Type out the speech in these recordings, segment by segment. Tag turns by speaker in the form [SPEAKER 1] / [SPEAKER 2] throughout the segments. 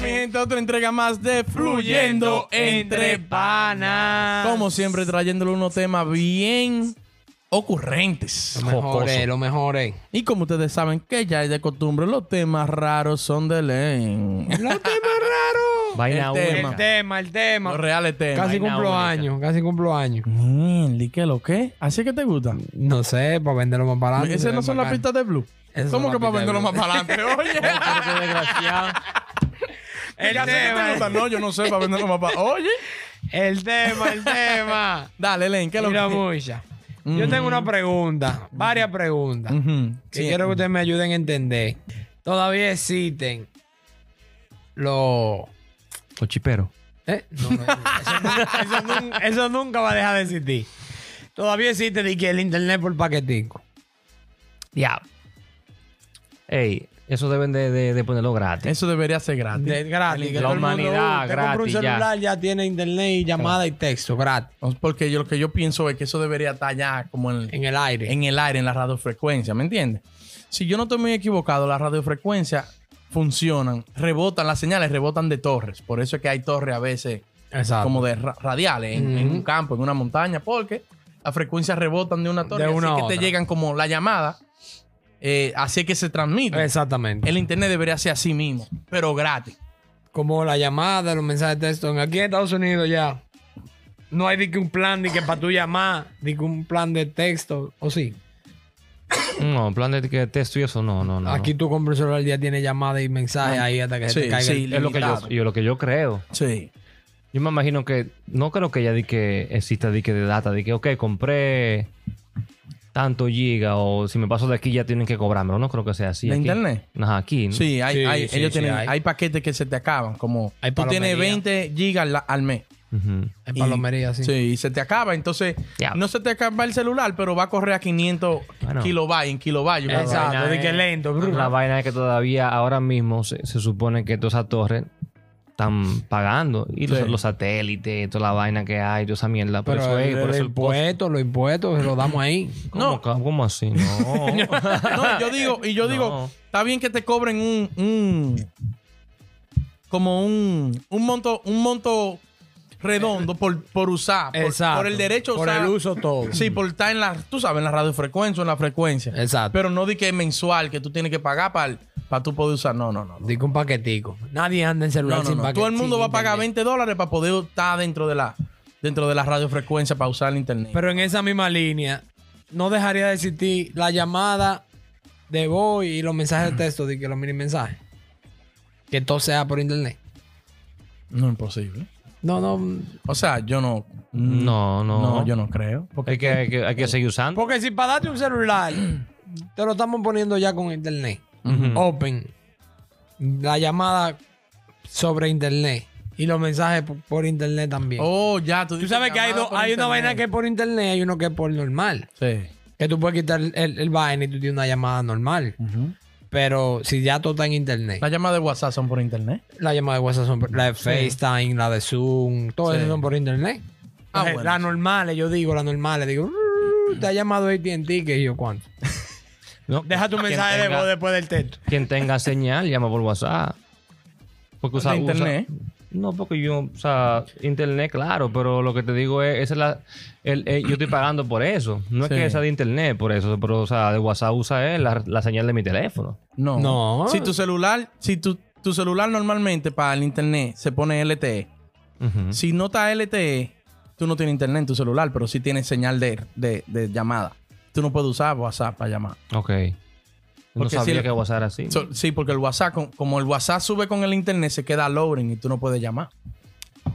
[SPEAKER 1] gente, otra entrega más de Fluyendo Entre Panas. Como siempre, trayéndole unos temas bien ocurrentes.
[SPEAKER 2] Lo mejor
[SPEAKER 1] jocosos.
[SPEAKER 2] es, lo mejor es.
[SPEAKER 1] Y como ustedes saben que ya es de costumbre, los temas raros son de ley.
[SPEAKER 2] Los temas raros.
[SPEAKER 3] Vaina
[SPEAKER 1] El
[SPEAKER 3] única.
[SPEAKER 1] tema.
[SPEAKER 2] El tema, el tema.
[SPEAKER 1] Los reales temas.
[SPEAKER 2] Casi
[SPEAKER 3] vaina
[SPEAKER 2] cumplo
[SPEAKER 3] única.
[SPEAKER 2] años, casi cumplo años.
[SPEAKER 1] Mm, ¿Y qué lo que? ¿Así que te gusta?
[SPEAKER 2] No sé, para venderlo más para adelante.
[SPEAKER 1] Esas no son las pistas de Blue.
[SPEAKER 2] Esas
[SPEAKER 1] ¿Cómo
[SPEAKER 2] son
[SPEAKER 1] que
[SPEAKER 2] las
[SPEAKER 1] para
[SPEAKER 2] pistas de
[SPEAKER 1] venderlo más
[SPEAKER 2] Blue.
[SPEAKER 1] para adelante? Oye.
[SPEAKER 3] Pero qué desgraciado.
[SPEAKER 2] El
[SPEAKER 1] Ya sé que te gusta.
[SPEAKER 2] tema,
[SPEAKER 1] No, yo no sé para venderlo más para Oye.
[SPEAKER 2] el tema, el tema.
[SPEAKER 1] Dale, Len, ¿qué es lo
[SPEAKER 2] Mira,
[SPEAKER 1] que?
[SPEAKER 2] mucha. Yo tengo una pregunta, varias preguntas,
[SPEAKER 1] Ujú.
[SPEAKER 2] que
[SPEAKER 1] Sí.
[SPEAKER 2] quiero que ustedes me ayuden a entender. Todavía existen los...
[SPEAKER 3] Los chiperos.
[SPEAKER 2] ¿Eh? No, no, eso, nu- eso nun- eso nunca va a dejar de existir. Todavía existe de que el internet por paquetico. Diablo.
[SPEAKER 3] Ey, eso deben de, de- de ponerlo gratis.
[SPEAKER 1] Eso debería ser gratis.
[SPEAKER 2] De- gratis. que
[SPEAKER 3] La
[SPEAKER 2] todo el mundo
[SPEAKER 3] humanidad,
[SPEAKER 2] usa. Usted compra un
[SPEAKER 3] gratis, ya.
[SPEAKER 2] celular, ya. tiene internet y llamada y texto gratis.
[SPEAKER 1] No, Porque yo, lo que yo pienso es que eso debería estar ya como en,
[SPEAKER 2] En el aire.
[SPEAKER 1] en el aire, en la radiofrecuencia, ¿me entiendes? Si yo no estoy muy equivocado, las radiofrecuencias funcionan, rebotan, las señales rebotan de torres. Por eso es que hay torres a veces
[SPEAKER 2] Exacto.
[SPEAKER 1] como de ra- radiales en, en un campo, en una montaña, porque las frecuencias rebotan de una torre,
[SPEAKER 2] De
[SPEAKER 1] así
[SPEAKER 2] una a
[SPEAKER 1] que te
[SPEAKER 2] otra.
[SPEAKER 1] llegan como la llamada, eh, así es que se transmite.
[SPEAKER 2] Exactamente.
[SPEAKER 1] El internet debería ser así mismo, pero gratis.
[SPEAKER 2] como la llamada, los mensajes de texto. En- Aquí en Estados Unidos ya no hay ni que un plan ni que para tú llamar, ni que un plan de texto. ¿O sí?
[SPEAKER 3] No, en plan de que texto y eso, no, no, no.
[SPEAKER 2] Aquí tú compras un celular, ya tiene llamada y mensaje ahí hasta que se
[SPEAKER 1] Ah. Sí,
[SPEAKER 2] te caiga.
[SPEAKER 1] sí,
[SPEAKER 2] el-
[SPEAKER 3] es lo que yo,
[SPEAKER 1] limitado.
[SPEAKER 3] yo- lo que yo creo.
[SPEAKER 1] Sí.
[SPEAKER 3] Yo me imagino que no creo que ya di que exista di que de data, di que ok, compré tanto giga o si me paso de aquí ya tienen que cobrarme. No creo que sea así.
[SPEAKER 1] ¿De
[SPEAKER 3] aquí.
[SPEAKER 1] internet?
[SPEAKER 3] Ajá, aquí. ¿no?
[SPEAKER 1] Sí, hay,
[SPEAKER 2] Sí,
[SPEAKER 1] hay-
[SPEAKER 2] sí,
[SPEAKER 1] ellos
[SPEAKER 2] sí,
[SPEAKER 1] tienen,
[SPEAKER 2] hay.
[SPEAKER 1] hay. paquetes que se te acaban, como
[SPEAKER 2] Hay
[SPEAKER 1] tú tienes
[SPEAKER 2] palomería.
[SPEAKER 1] 20 gigas al, al mes.
[SPEAKER 3] Ujú.
[SPEAKER 2] En
[SPEAKER 1] Y-
[SPEAKER 2] Palomería, sí.
[SPEAKER 1] Sí, y se te acaba. Entonces,
[SPEAKER 3] Ya.
[SPEAKER 1] no se te acaba el celular, pero va a correr a 500
[SPEAKER 3] Bueno.
[SPEAKER 1] kilobytes, en kilobytes. una vaina.
[SPEAKER 2] Exacto,
[SPEAKER 3] vaina
[SPEAKER 2] de que
[SPEAKER 3] es-
[SPEAKER 2] lento. brr.
[SPEAKER 3] La vaina es que todavía ahora mismo se, se supone que todas esas torres están pagando y los,
[SPEAKER 1] Sí.
[SPEAKER 3] los satélites, toda la vaina que hay, toda esa mierda. Por eso
[SPEAKER 2] Pero
[SPEAKER 3] es,
[SPEAKER 2] el,
[SPEAKER 3] por
[SPEAKER 2] el
[SPEAKER 3] eso el post-
[SPEAKER 2] impuesto, los impuestos, lo damos ahí.
[SPEAKER 3] ¿Cómo, ca- cómo así? No.
[SPEAKER 1] No, yo digo, y yo digo,
[SPEAKER 3] No.
[SPEAKER 1] está bien que te cobren un, un- como un, un monto, un monto redondo por, por usar, por, por el derecho a
[SPEAKER 2] Por
[SPEAKER 1] usar.
[SPEAKER 2] el uso todo.
[SPEAKER 1] Sí, por estar en la, tú sabes, en la radiofrecuencia, en la frecuencia.
[SPEAKER 2] Exacto.
[SPEAKER 1] Ah, Pero no di que es mensual, que tú tienes que pagar para tú poder usar. No, no, no. no.
[SPEAKER 2] Digo un paquetico. Nadie anda en
[SPEAKER 1] No,
[SPEAKER 2] celular
[SPEAKER 1] no,
[SPEAKER 2] sin
[SPEAKER 1] no.
[SPEAKER 2] paquete.
[SPEAKER 1] Todo el mundo
[SPEAKER 2] sin
[SPEAKER 1] va a pagar
[SPEAKER 2] internet.
[SPEAKER 1] 20 dólares para poder estar dentro de la dentro de la radiofrecuencia para usar el internet.
[SPEAKER 2] Pero en esa misma línea, no dejaría de existir la llamada de voz y los mensajes de texto, de que los mini mensajes. Que todo sea por internet.
[SPEAKER 1] no, imposible.
[SPEAKER 2] No, no.
[SPEAKER 1] O sea, yo no.
[SPEAKER 3] No, no.
[SPEAKER 1] No, yo no creo. Porque
[SPEAKER 3] Hay que, hay que, hay que seguir usando.
[SPEAKER 2] Porque si para darte un celular, te lo estamos poniendo ya con internet. Open. La llamada sobre internet. Y los mensajes por, por internet también.
[SPEAKER 1] Oh, ya.
[SPEAKER 2] Tú sabes que hay, dos- hay una vaina que es por internet y hay uno que es por normal.
[SPEAKER 1] Sí.
[SPEAKER 2] Que tú puedes quitar el, el vaina y tú tienes una llamada normal. Pero si ya todo está en internet,
[SPEAKER 1] Las llamadas de WhatsApp son por internet.
[SPEAKER 2] la llamada de WhatsApp son por- la de FaceTime, la de Zoom, todas
[SPEAKER 1] Sí.
[SPEAKER 2] esas son por internet.
[SPEAKER 1] Ah,
[SPEAKER 2] Entonces,
[SPEAKER 1] bueno,
[SPEAKER 2] Las normales, yo digo, las normales, digo, "Rrr, te ha llamado AT&T, que yo, ¿cuánto?
[SPEAKER 3] No,
[SPEAKER 2] Deja tu
[SPEAKER 3] quien
[SPEAKER 2] mensaje de
[SPEAKER 3] tenga-
[SPEAKER 2] voz después del texto.
[SPEAKER 3] Quien tenga señal, llama por WhatsApp. Porque usa,
[SPEAKER 1] De
[SPEAKER 3] usa-
[SPEAKER 1] internet.
[SPEAKER 3] no, porque yo, o sea, internet, claro, pero lo que te digo es, esa es la, el- eh, yo estoy pagando por eso. No
[SPEAKER 1] Sí.
[SPEAKER 3] es que esa de internet, por eso, pero, o sea, de WhatsApp usa eh, la, la señal de mi teléfono.
[SPEAKER 1] No.
[SPEAKER 2] No.
[SPEAKER 1] Si tu celular, si tu, tu celular normalmente para el internet se pone E, LTE.
[SPEAKER 3] Ujú.
[SPEAKER 1] Si no está LTE, tú no tienes internet en tu celular, pero sí tienes señal de, de- de llamada. Tú no puedes usar WhatsApp para llamar.
[SPEAKER 3] Ok. no
[SPEAKER 1] Porque
[SPEAKER 3] sabía
[SPEAKER 1] si-
[SPEAKER 3] que WhatsApp era así.
[SPEAKER 1] So- sí, porque el WhatsApp, con- como el WhatsApp sube con el internet, se queda lowering y tú no puedes llamar.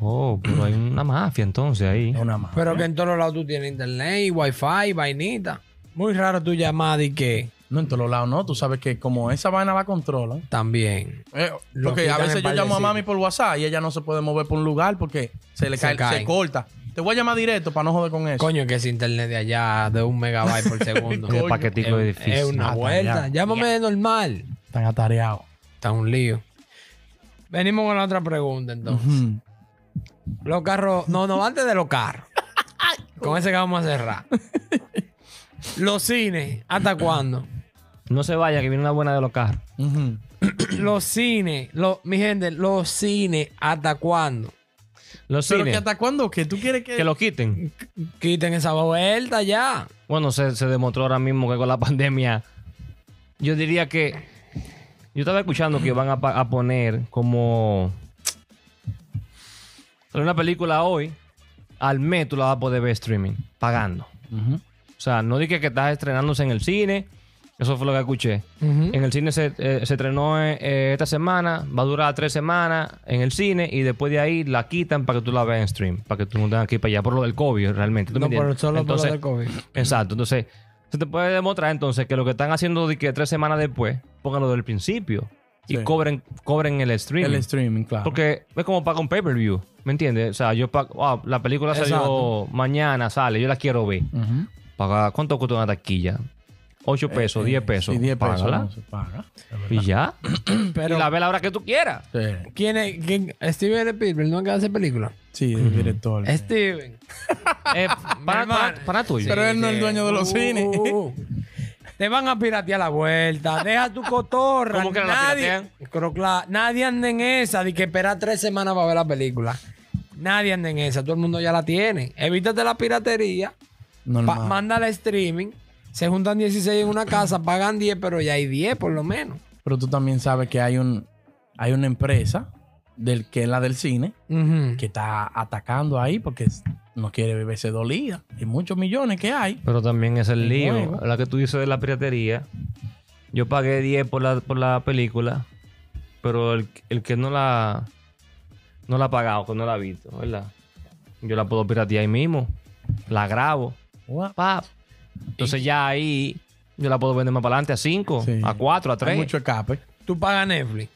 [SPEAKER 3] oh, pero hay una mafia entonces ahí.
[SPEAKER 1] Es una más.
[SPEAKER 2] Pero que en todos lados tú tienes internet y wifi, vainita. Muy raro tu llamada y que
[SPEAKER 1] No, en todos los lados no. Tú sabes que como esa vaina la controlan.
[SPEAKER 2] también.
[SPEAKER 1] Eh,
[SPEAKER 2] Lo
[SPEAKER 1] porque a
[SPEAKER 2] quitan
[SPEAKER 1] veces yo
[SPEAKER 2] en par de
[SPEAKER 1] llamo a
[SPEAKER 2] sitios.
[SPEAKER 1] mami por WhatsApp y ella no se puede mover por un lugar porque se le
[SPEAKER 2] Se
[SPEAKER 1] cae,
[SPEAKER 2] cae.
[SPEAKER 1] se corta. Te voy a llamar directo para no joder con eso.
[SPEAKER 2] Coño, que ese internet de allá de un megabyte por segundo.
[SPEAKER 3] Ese paquetico de
[SPEAKER 2] es,
[SPEAKER 3] edificio.
[SPEAKER 2] es una
[SPEAKER 1] Ah, ya.
[SPEAKER 2] vuelta. Llámame de normal.
[SPEAKER 1] Están atareados.
[SPEAKER 2] Está un lío. Venimos con la otra pregunta entonces.
[SPEAKER 1] Ujú.
[SPEAKER 2] Los carros. No, no, antes de los carros. Con ese que vamos a cerrar. Los cines, ¿hasta cuándo?
[SPEAKER 3] No se vaya, que viene una buena de los carros.
[SPEAKER 1] Ujú.
[SPEAKER 2] los cines, los- mi gente, los cines, ¿hasta cuándo?
[SPEAKER 3] Los
[SPEAKER 1] Pero que
[SPEAKER 3] cines,
[SPEAKER 1] hasta cuándo que tú quieres que,
[SPEAKER 3] que lo quiten.
[SPEAKER 2] Quiten esa vuelta ya.
[SPEAKER 3] Bueno, se, se demostró ahora mismo que con la pandemia. Yo diría que. Yo estaba escuchando que van a, pa- a poner como. Una película hoy, al mes tú la vas a poder ver streaming, pagando.
[SPEAKER 1] Ujú.
[SPEAKER 3] O sea, no dije que estás estrenándose en el cine. Eso fue lo que escuché. En el cine se, eh, se estrenó eh, esta semana, va a durar tres semanas en el cine y después de ahí la quitan para que tú la veas en stream, para que tú no tengas que ir para allá por lo del COVID realmente. ¿tú me
[SPEAKER 2] No,
[SPEAKER 3] entiendes?
[SPEAKER 2] por, solo por lo
[SPEAKER 3] Entonces,
[SPEAKER 2] del COVID.
[SPEAKER 3] Exacto, entonces se te puede demostrar entonces que lo que están haciendo de que tres semanas después, pónganlo del principio y
[SPEAKER 1] Sí.
[SPEAKER 3] cobren, cobren el stream.
[SPEAKER 1] el streaming, claro.
[SPEAKER 3] Porque es como pagar un pay-per-view, ¿me entiendes? O sea, yo pago, wow, la película salió
[SPEAKER 2] Exacto.
[SPEAKER 3] mañana, sale, yo la quiero ver.
[SPEAKER 1] Ujú.
[SPEAKER 3] Paga, ¿Cuánto cuesta una taquilla? 8 pesos,
[SPEAKER 1] Eh,
[SPEAKER 3] 10 pesos.
[SPEAKER 1] Sí, 10 pesos.
[SPEAKER 3] Págala.
[SPEAKER 1] no, se paga.
[SPEAKER 3] Y ya.
[SPEAKER 2] Pero,
[SPEAKER 3] y la ve la hora que tú quieras.
[SPEAKER 1] Sí,
[SPEAKER 2] ¿quién es? quién- Steven Spielberg no es que hace película.
[SPEAKER 1] sí, el director.
[SPEAKER 2] Steven.
[SPEAKER 3] Eh, para,
[SPEAKER 2] hermano.
[SPEAKER 3] para, para tuyo.
[SPEAKER 1] Pero él no es el dueño de los
[SPEAKER 2] Uh,
[SPEAKER 1] cines.
[SPEAKER 2] uh, uh. Te van a piratear la vuelta. Deja tu cotorra.
[SPEAKER 3] ¿Cómo que la
[SPEAKER 2] nadie,
[SPEAKER 3] piratean?
[SPEAKER 2] Pero claro, nadie anda en esa de que esperar tres semanas para ver la película. Nadie anda en esa. Todo el mundo ya la tiene. Evítate la piratería.
[SPEAKER 1] Normal.
[SPEAKER 2] Pa- Mándala a streaming. Se juntan 16 en una casa, pagan 10, pero ya hay 10 por lo menos.
[SPEAKER 1] Pero tú también sabes que hay un hay una empresa del que es la del cine
[SPEAKER 2] Ujú.
[SPEAKER 1] que está atacando ahí porque s- no quiere beberse dos ligas y muchos millones que hay.
[SPEAKER 3] Pero también es el lío.
[SPEAKER 1] juego.
[SPEAKER 3] La que tú dices de la piratería. Yo pagué 10 por la, por la película. Pero el, el que no la. No la ha pagado, que no la ha visto, ¿verdad? Yo la puedo piratear ahí mismo. La grabo. pa. Entonces ya ahí. Yo la puedo vender más para adelante a 5,
[SPEAKER 1] Sí.
[SPEAKER 3] a 4, a
[SPEAKER 1] Hay
[SPEAKER 3] 3.
[SPEAKER 1] mucho escape.
[SPEAKER 2] Tú pagas Netflix.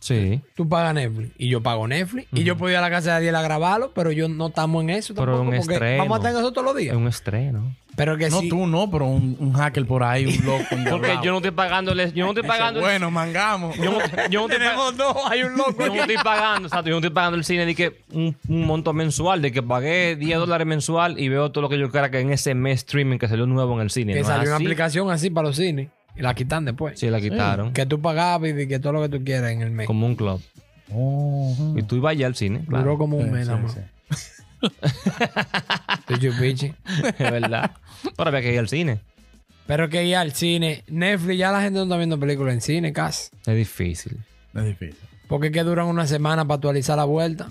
[SPEAKER 3] Sí.
[SPEAKER 2] Tú pagas Netflix. Y yo pago Netflix. Y yo puedo ir a la casa de 10 a grabarlo, pero yo no estamos en eso
[SPEAKER 3] Pero
[SPEAKER 2] tampoco.
[SPEAKER 3] un
[SPEAKER 2] porque
[SPEAKER 3] estreno.
[SPEAKER 2] Vamos a estar en eso todos los
[SPEAKER 3] Es
[SPEAKER 2] días.
[SPEAKER 3] un estreno.
[SPEAKER 2] Pero que
[SPEAKER 1] No
[SPEAKER 2] sí.
[SPEAKER 1] tú, no, pero un, un hacker por ahí, un loco. un
[SPEAKER 3] eh, Porque
[SPEAKER 1] diablado.
[SPEAKER 3] yo no estoy pagando el, yo no estoy pagando el-
[SPEAKER 1] Bueno, mangamos.
[SPEAKER 3] yo, no- yo no estoy pagando
[SPEAKER 2] Tenemos dos, hay un loco.
[SPEAKER 3] yo no estoy pagando, exacto, yo no estoy pagando el cine de que un, un monto mensual, de que pagué 10 dólares mensual y veo todo lo que yo quiera que en ese mes streaming que salió nuevo en el cine.
[SPEAKER 2] Que
[SPEAKER 3] ¿no?
[SPEAKER 2] salió una
[SPEAKER 3] Así.
[SPEAKER 2] aplicación así para los cines. Y la quitan después.
[SPEAKER 3] Sí, la quitaron.
[SPEAKER 2] Que tú pagabas y que todo lo que tú quieras en el mes.
[SPEAKER 3] Como un club.
[SPEAKER 1] Ujú.
[SPEAKER 3] Y tú ibas ya al cine,
[SPEAKER 2] Duró
[SPEAKER 3] claro.
[SPEAKER 2] como un
[SPEAKER 1] Sí,
[SPEAKER 2] mes
[SPEAKER 1] sí,
[SPEAKER 2] nada más.
[SPEAKER 1] sí.
[SPEAKER 2] Chuchu pichi.
[SPEAKER 3] Es verdad. Ahora había que ir al cine.
[SPEAKER 2] Pero que ir al cine. Netflix, ya la gente no está viendo películas en cine casi.
[SPEAKER 3] Es difícil.
[SPEAKER 1] Es difícil.
[SPEAKER 2] Porque es que duran una semana para actualizar la vuelta.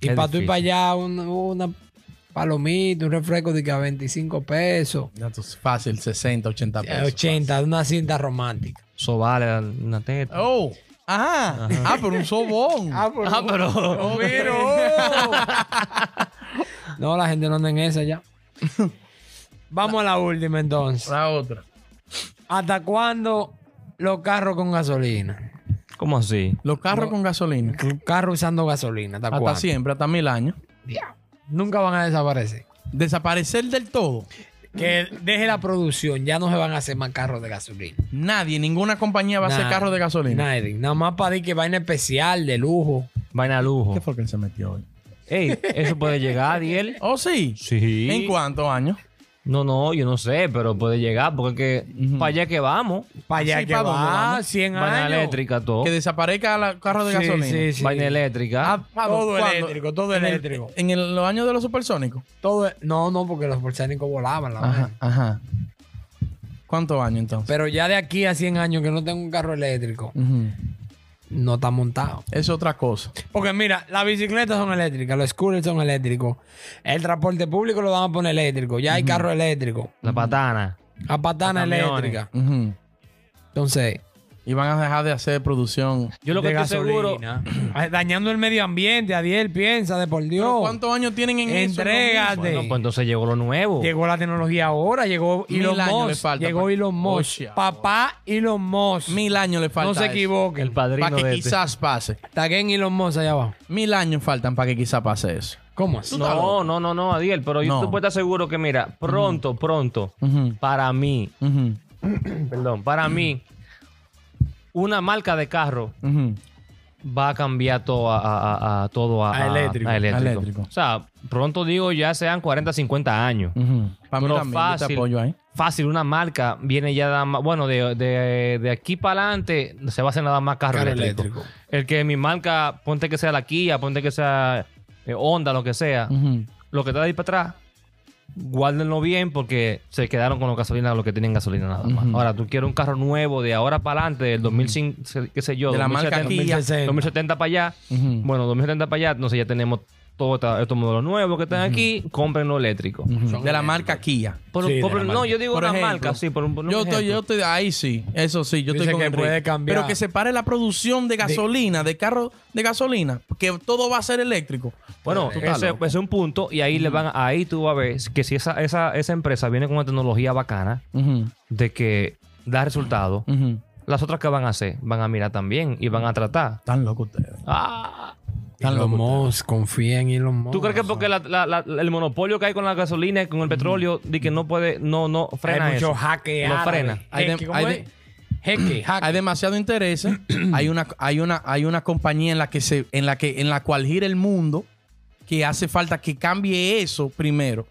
[SPEAKER 2] Y
[SPEAKER 3] Es
[SPEAKER 2] para tú ir
[SPEAKER 3] difícil.
[SPEAKER 2] para allá, una, una palomita, un refresco de que a 25 pesos,
[SPEAKER 1] Ya tú es fácil, 60, 80
[SPEAKER 2] eh,
[SPEAKER 1] pesos.
[SPEAKER 2] 80, una cinta romántica.
[SPEAKER 3] Eso vale una teta.
[SPEAKER 1] Oh, ajá. Ah, pero un sobón.
[SPEAKER 2] por
[SPEAKER 3] Ah, pero.
[SPEAKER 2] oh. No, la gente no anda en esa ya. Vamos a la última entonces.
[SPEAKER 1] La otra.
[SPEAKER 2] ¿Hasta cuándo los carros con gasolina?
[SPEAKER 3] ¿Cómo así?
[SPEAKER 1] Los carros con gasolina.
[SPEAKER 2] Los carros usando gasolina, ¿hasta,
[SPEAKER 1] Hasta
[SPEAKER 2] cuándo?
[SPEAKER 1] siempre, hasta mil años.
[SPEAKER 2] Diablo. Nunca van a desaparecer.
[SPEAKER 1] Desaparecer del todo.
[SPEAKER 2] Que deje la producción, ya no se van a hacer más carros de gasolina.
[SPEAKER 1] Nadie, ninguna compañía va a hacer
[SPEAKER 2] Nah.
[SPEAKER 1] carros de gasolina.
[SPEAKER 2] Nadie. Nada más para decir que vaina especial, de lujo.
[SPEAKER 3] Vaina lujo.
[SPEAKER 1] ¿Qué fue que él se metió hoy?
[SPEAKER 3] Ey, eso puede llegar, Diel.
[SPEAKER 1] Oh, sí.
[SPEAKER 3] Sí.
[SPEAKER 1] ¿En cuántos años?
[SPEAKER 3] No, no, yo no sé, pero puede llegar porque es que para allá que vamos.
[SPEAKER 2] Para allá
[SPEAKER 1] Así,
[SPEAKER 2] que
[SPEAKER 1] Ah, ¿pa' dónde
[SPEAKER 2] va,
[SPEAKER 1] vamos?
[SPEAKER 2] 100
[SPEAKER 3] Vaina
[SPEAKER 2] años.
[SPEAKER 3] eléctrica, todo.
[SPEAKER 1] Que desaparezca el carro de
[SPEAKER 2] Oh. Sí,
[SPEAKER 1] gasolina.
[SPEAKER 2] sí, sí.
[SPEAKER 3] Vaina eléctrica.
[SPEAKER 1] Ah, ¿cuándo?
[SPEAKER 2] Todo
[SPEAKER 1] ¿Cuándo?
[SPEAKER 2] eléctrico, todo
[SPEAKER 1] ¿En el-
[SPEAKER 2] eléctrico.
[SPEAKER 1] ¿En el- los años de los supersónicos?
[SPEAKER 2] Todo, no, no, porque los porcénicos volaban. La vaina.
[SPEAKER 1] Ajá, ajá. ¿Cuántos años entonces?
[SPEAKER 2] Pero ya de aquí a 100 años que no tengo un carro eléctrico,
[SPEAKER 1] Ujú.
[SPEAKER 2] no está montado.
[SPEAKER 1] Es otra cosa.
[SPEAKER 2] Porque mira, las bicicletas son eléctricas, los scooters son eléctricos, el transporte público lo van a poner eléctrico, ya hay carro eléctrico,
[SPEAKER 3] La patana.
[SPEAKER 2] la patana
[SPEAKER 3] Los camiones.
[SPEAKER 2] eléctrica.
[SPEAKER 1] Ujú.
[SPEAKER 2] Entonces,
[SPEAKER 1] Y van a dejar de hacer producción.
[SPEAKER 3] Yo lo que
[SPEAKER 2] de
[SPEAKER 3] estoy seguro.
[SPEAKER 2] gasolina, Ah, dañando el medio ambiente, Adiel, piensa de por
[SPEAKER 1] ¿Pero
[SPEAKER 2] Dios.
[SPEAKER 1] ¿Cuántos años tienen en eso?
[SPEAKER 2] Oh. Entrégate.
[SPEAKER 1] Bueno,
[SPEAKER 3] Bueno, pues entonces llegó lo nuevo.
[SPEAKER 2] Llegó la tecnología ahora, llegó
[SPEAKER 1] Mil
[SPEAKER 2] Elon
[SPEAKER 1] años le
[SPEAKER 2] Musk,
[SPEAKER 1] falta
[SPEAKER 2] llegó
[SPEAKER 1] para-
[SPEAKER 2] Elon Musk,
[SPEAKER 1] Oye,
[SPEAKER 2] papá Elon Musk.
[SPEAKER 1] Mil años le faltan.
[SPEAKER 2] no se equivoquen.
[SPEAKER 3] El padrino
[SPEAKER 1] Para que
[SPEAKER 3] de este.
[SPEAKER 1] quizás pase.
[SPEAKER 2] Taguen Elon Musk allá abajo.
[SPEAKER 1] Mil años faltan para que quizás pase eso.
[SPEAKER 2] ¿Cómo así?
[SPEAKER 1] estás loco.
[SPEAKER 3] No, no, no, no, Adiel, pero yo
[SPEAKER 1] No.
[SPEAKER 3] tú puedes estar seguro que, mira, pronto, pronto,
[SPEAKER 1] Ujú,
[SPEAKER 3] para mí,
[SPEAKER 1] ujú,
[SPEAKER 3] perdón, para mí, una marca de carro
[SPEAKER 1] ujú.
[SPEAKER 3] va a cambiar todo a, a- a- a- todo a,
[SPEAKER 1] A eléctrico,
[SPEAKER 3] a eléctrico.
[SPEAKER 1] a eléctrico.
[SPEAKER 3] O sea, pronto digo, ya sean 40, 50 años.
[SPEAKER 1] Para mí
[SPEAKER 3] Pero
[SPEAKER 1] también, yo te
[SPEAKER 3] fácil.
[SPEAKER 1] apoyo ahí.
[SPEAKER 3] Fácil, una marca viene ya nada más- Bueno, de, de- de aquí para adelante se va a hacer nada más carro,
[SPEAKER 2] Carro
[SPEAKER 3] eléctrico.
[SPEAKER 2] eléctrico.
[SPEAKER 3] El que mi marca, ponte que sea la Kia, ponte que sea eh, Honda, lo que sea,
[SPEAKER 1] Ujú.
[SPEAKER 3] lo que está ahí para atrás, guárdenlo bien porque se quedaron con los gasolina, lo que tienen gasolina nada más.
[SPEAKER 1] Ujú.
[SPEAKER 3] Ahora, tú quieres un carro nuevo de ahora para adelante, del 2005, se- qué sé yo,
[SPEAKER 1] De la marca
[SPEAKER 3] 2070,
[SPEAKER 1] Kia.
[SPEAKER 2] 2060.
[SPEAKER 3] 2070 para allá.
[SPEAKER 1] Ujú.
[SPEAKER 3] Bueno, 2070 para allá, no sé, ya tenemos todos esta- estos modelos nuevos que están aquí, comprenlo eléctrico.
[SPEAKER 1] Ujú.
[SPEAKER 2] Son
[SPEAKER 1] De la marca Kia.
[SPEAKER 3] Por-
[SPEAKER 2] Sí, de
[SPEAKER 3] por-
[SPEAKER 2] la
[SPEAKER 3] no,
[SPEAKER 2] marca.
[SPEAKER 3] yo digo
[SPEAKER 1] Por
[SPEAKER 3] una
[SPEAKER 1] ejemplo.
[SPEAKER 3] marca, sí, por un, por un
[SPEAKER 1] Yo estoy, yo
[SPEAKER 3] ejemplo.
[SPEAKER 1] estoy, ahí sí, eso sí, yo
[SPEAKER 2] Dice
[SPEAKER 1] estoy con
[SPEAKER 2] que
[SPEAKER 1] Enrique.
[SPEAKER 2] puede cambiar.
[SPEAKER 1] Pero que se pare la producción de gasolina, de, carro de gasolina, que todo va a ser eléctrico.
[SPEAKER 3] Bueno,
[SPEAKER 1] Tú
[SPEAKER 3] ese,
[SPEAKER 1] estás loco.
[SPEAKER 3] ese es un punto y ahí le van, ahí tú vas a ver que si esa, esa, esa empresa viene con una tecnología bacana
[SPEAKER 1] Ujú,
[SPEAKER 3] de que da resultado,
[SPEAKER 1] ujú.
[SPEAKER 3] las otras que van a hacer, van a mirar también y van a tratar.
[SPEAKER 1] Están locos ustedes.
[SPEAKER 3] Ah,
[SPEAKER 1] Están
[SPEAKER 2] Elon
[SPEAKER 1] locos
[SPEAKER 2] Musk, confía en Elon Musk.
[SPEAKER 3] ¿Tú crees que porque la- la- la- el monopolio que hay con la gasolina y con el petróleo, de que no puede, no, no frena
[SPEAKER 2] Hay
[SPEAKER 3] eso?
[SPEAKER 2] mucho jaque
[SPEAKER 3] Lo
[SPEAKER 2] árabe.
[SPEAKER 3] frena.
[SPEAKER 2] Hay de-
[SPEAKER 1] Jeque,
[SPEAKER 2] hay
[SPEAKER 1] ¿cómo
[SPEAKER 2] de- jeque, jaque.
[SPEAKER 1] hay demasiado interés. hay una, hay una, hay una compañía en la que se, en la que, en la cual gira el mundo, que hace falta que cambie eso primero,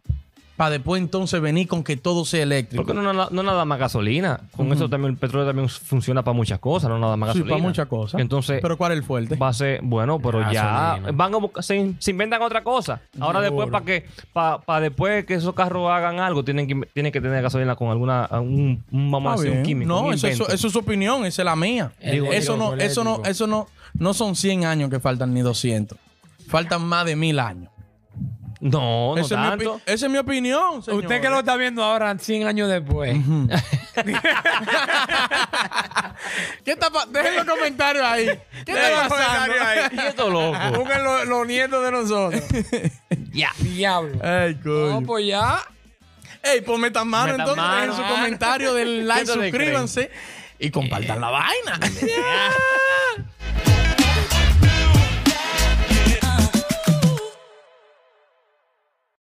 [SPEAKER 1] para después entonces venir con que todo sea eléctrico.
[SPEAKER 3] Porque no, no, no nada más gasolina. Con eso también el petróleo también funciona para muchas cosas, no nada más
[SPEAKER 1] Sí,
[SPEAKER 3] gasolina.
[SPEAKER 1] para muchas cosas.
[SPEAKER 3] Entonces,
[SPEAKER 1] pero ¿cuál es el fuerte?
[SPEAKER 3] va a ser bueno, pero
[SPEAKER 2] Gasolina.
[SPEAKER 3] ya van a buscar, se, in- se inventan otra cosa. Ahora después para que para después que esos carros hagan algo tienen que tienen que tener gasolina con alguna un, un vamos a
[SPEAKER 1] Está
[SPEAKER 3] decir, un
[SPEAKER 1] bien.
[SPEAKER 3] químico,
[SPEAKER 1] no,
[SPEAKER 3] un
[SPEAKER 1] eso, eso-
[SPEAKER 3] invento.
[SPEAKER 1] eso es su opinión, esa es la mía.
[SPEAKER 2] Digo,
[SPEAKER 1] eso, no,
[SPEAKER 2] eléctrico,
[SPEAKER 1] eso no,
[SPEAKER 2] eléctrico.
[SPEAKER 1] eso no, no son 100 años que faltan ni 200. Faltan más de mil años.
[SPEAKER 3] No, no
[SPEAKER 1] Esa es mi
[SPEAKER 3] tanto.
[SPEAKER 1] opi- esa es mi opinión.
[SPEAKER 2] Usted que lo está viendo ahora 100 años después.
[SPEAKER 1] ¿Qué está pa- Dejen los comentarios ahí. ¿Qué está
[SPEAKER 2] Dejen los
[SPEAKER 1] pasando?
[SPEAKER 2] comentarios
[SPEAKER 3] Y esto loco.
[SPEAKER 2] Busquen lo- los nietos de nosotros.
[SPEAKER 3] Ya.
[SPEAKER 2] Diablo.
[SPEAKER 1] Ay,
[SPEAKER 2] No,
[SPEAKER 1] coño.
[SPEAKER 2] pues ya.
[SPEAKER 1] Ey, pues metan mano
[SPEAKER 3] Metan
[SPEAKER 1] entonces.
[SPEAKER 3] mano,
[SPEAKER 1] dejen su
[SPEAKER 3] mano.
[SPEAKER 1] comentario, den like,
[SPEAKER 3] ¿Qué ustedes
[SPEAKER 1] suscríbanse y compartan la vaina.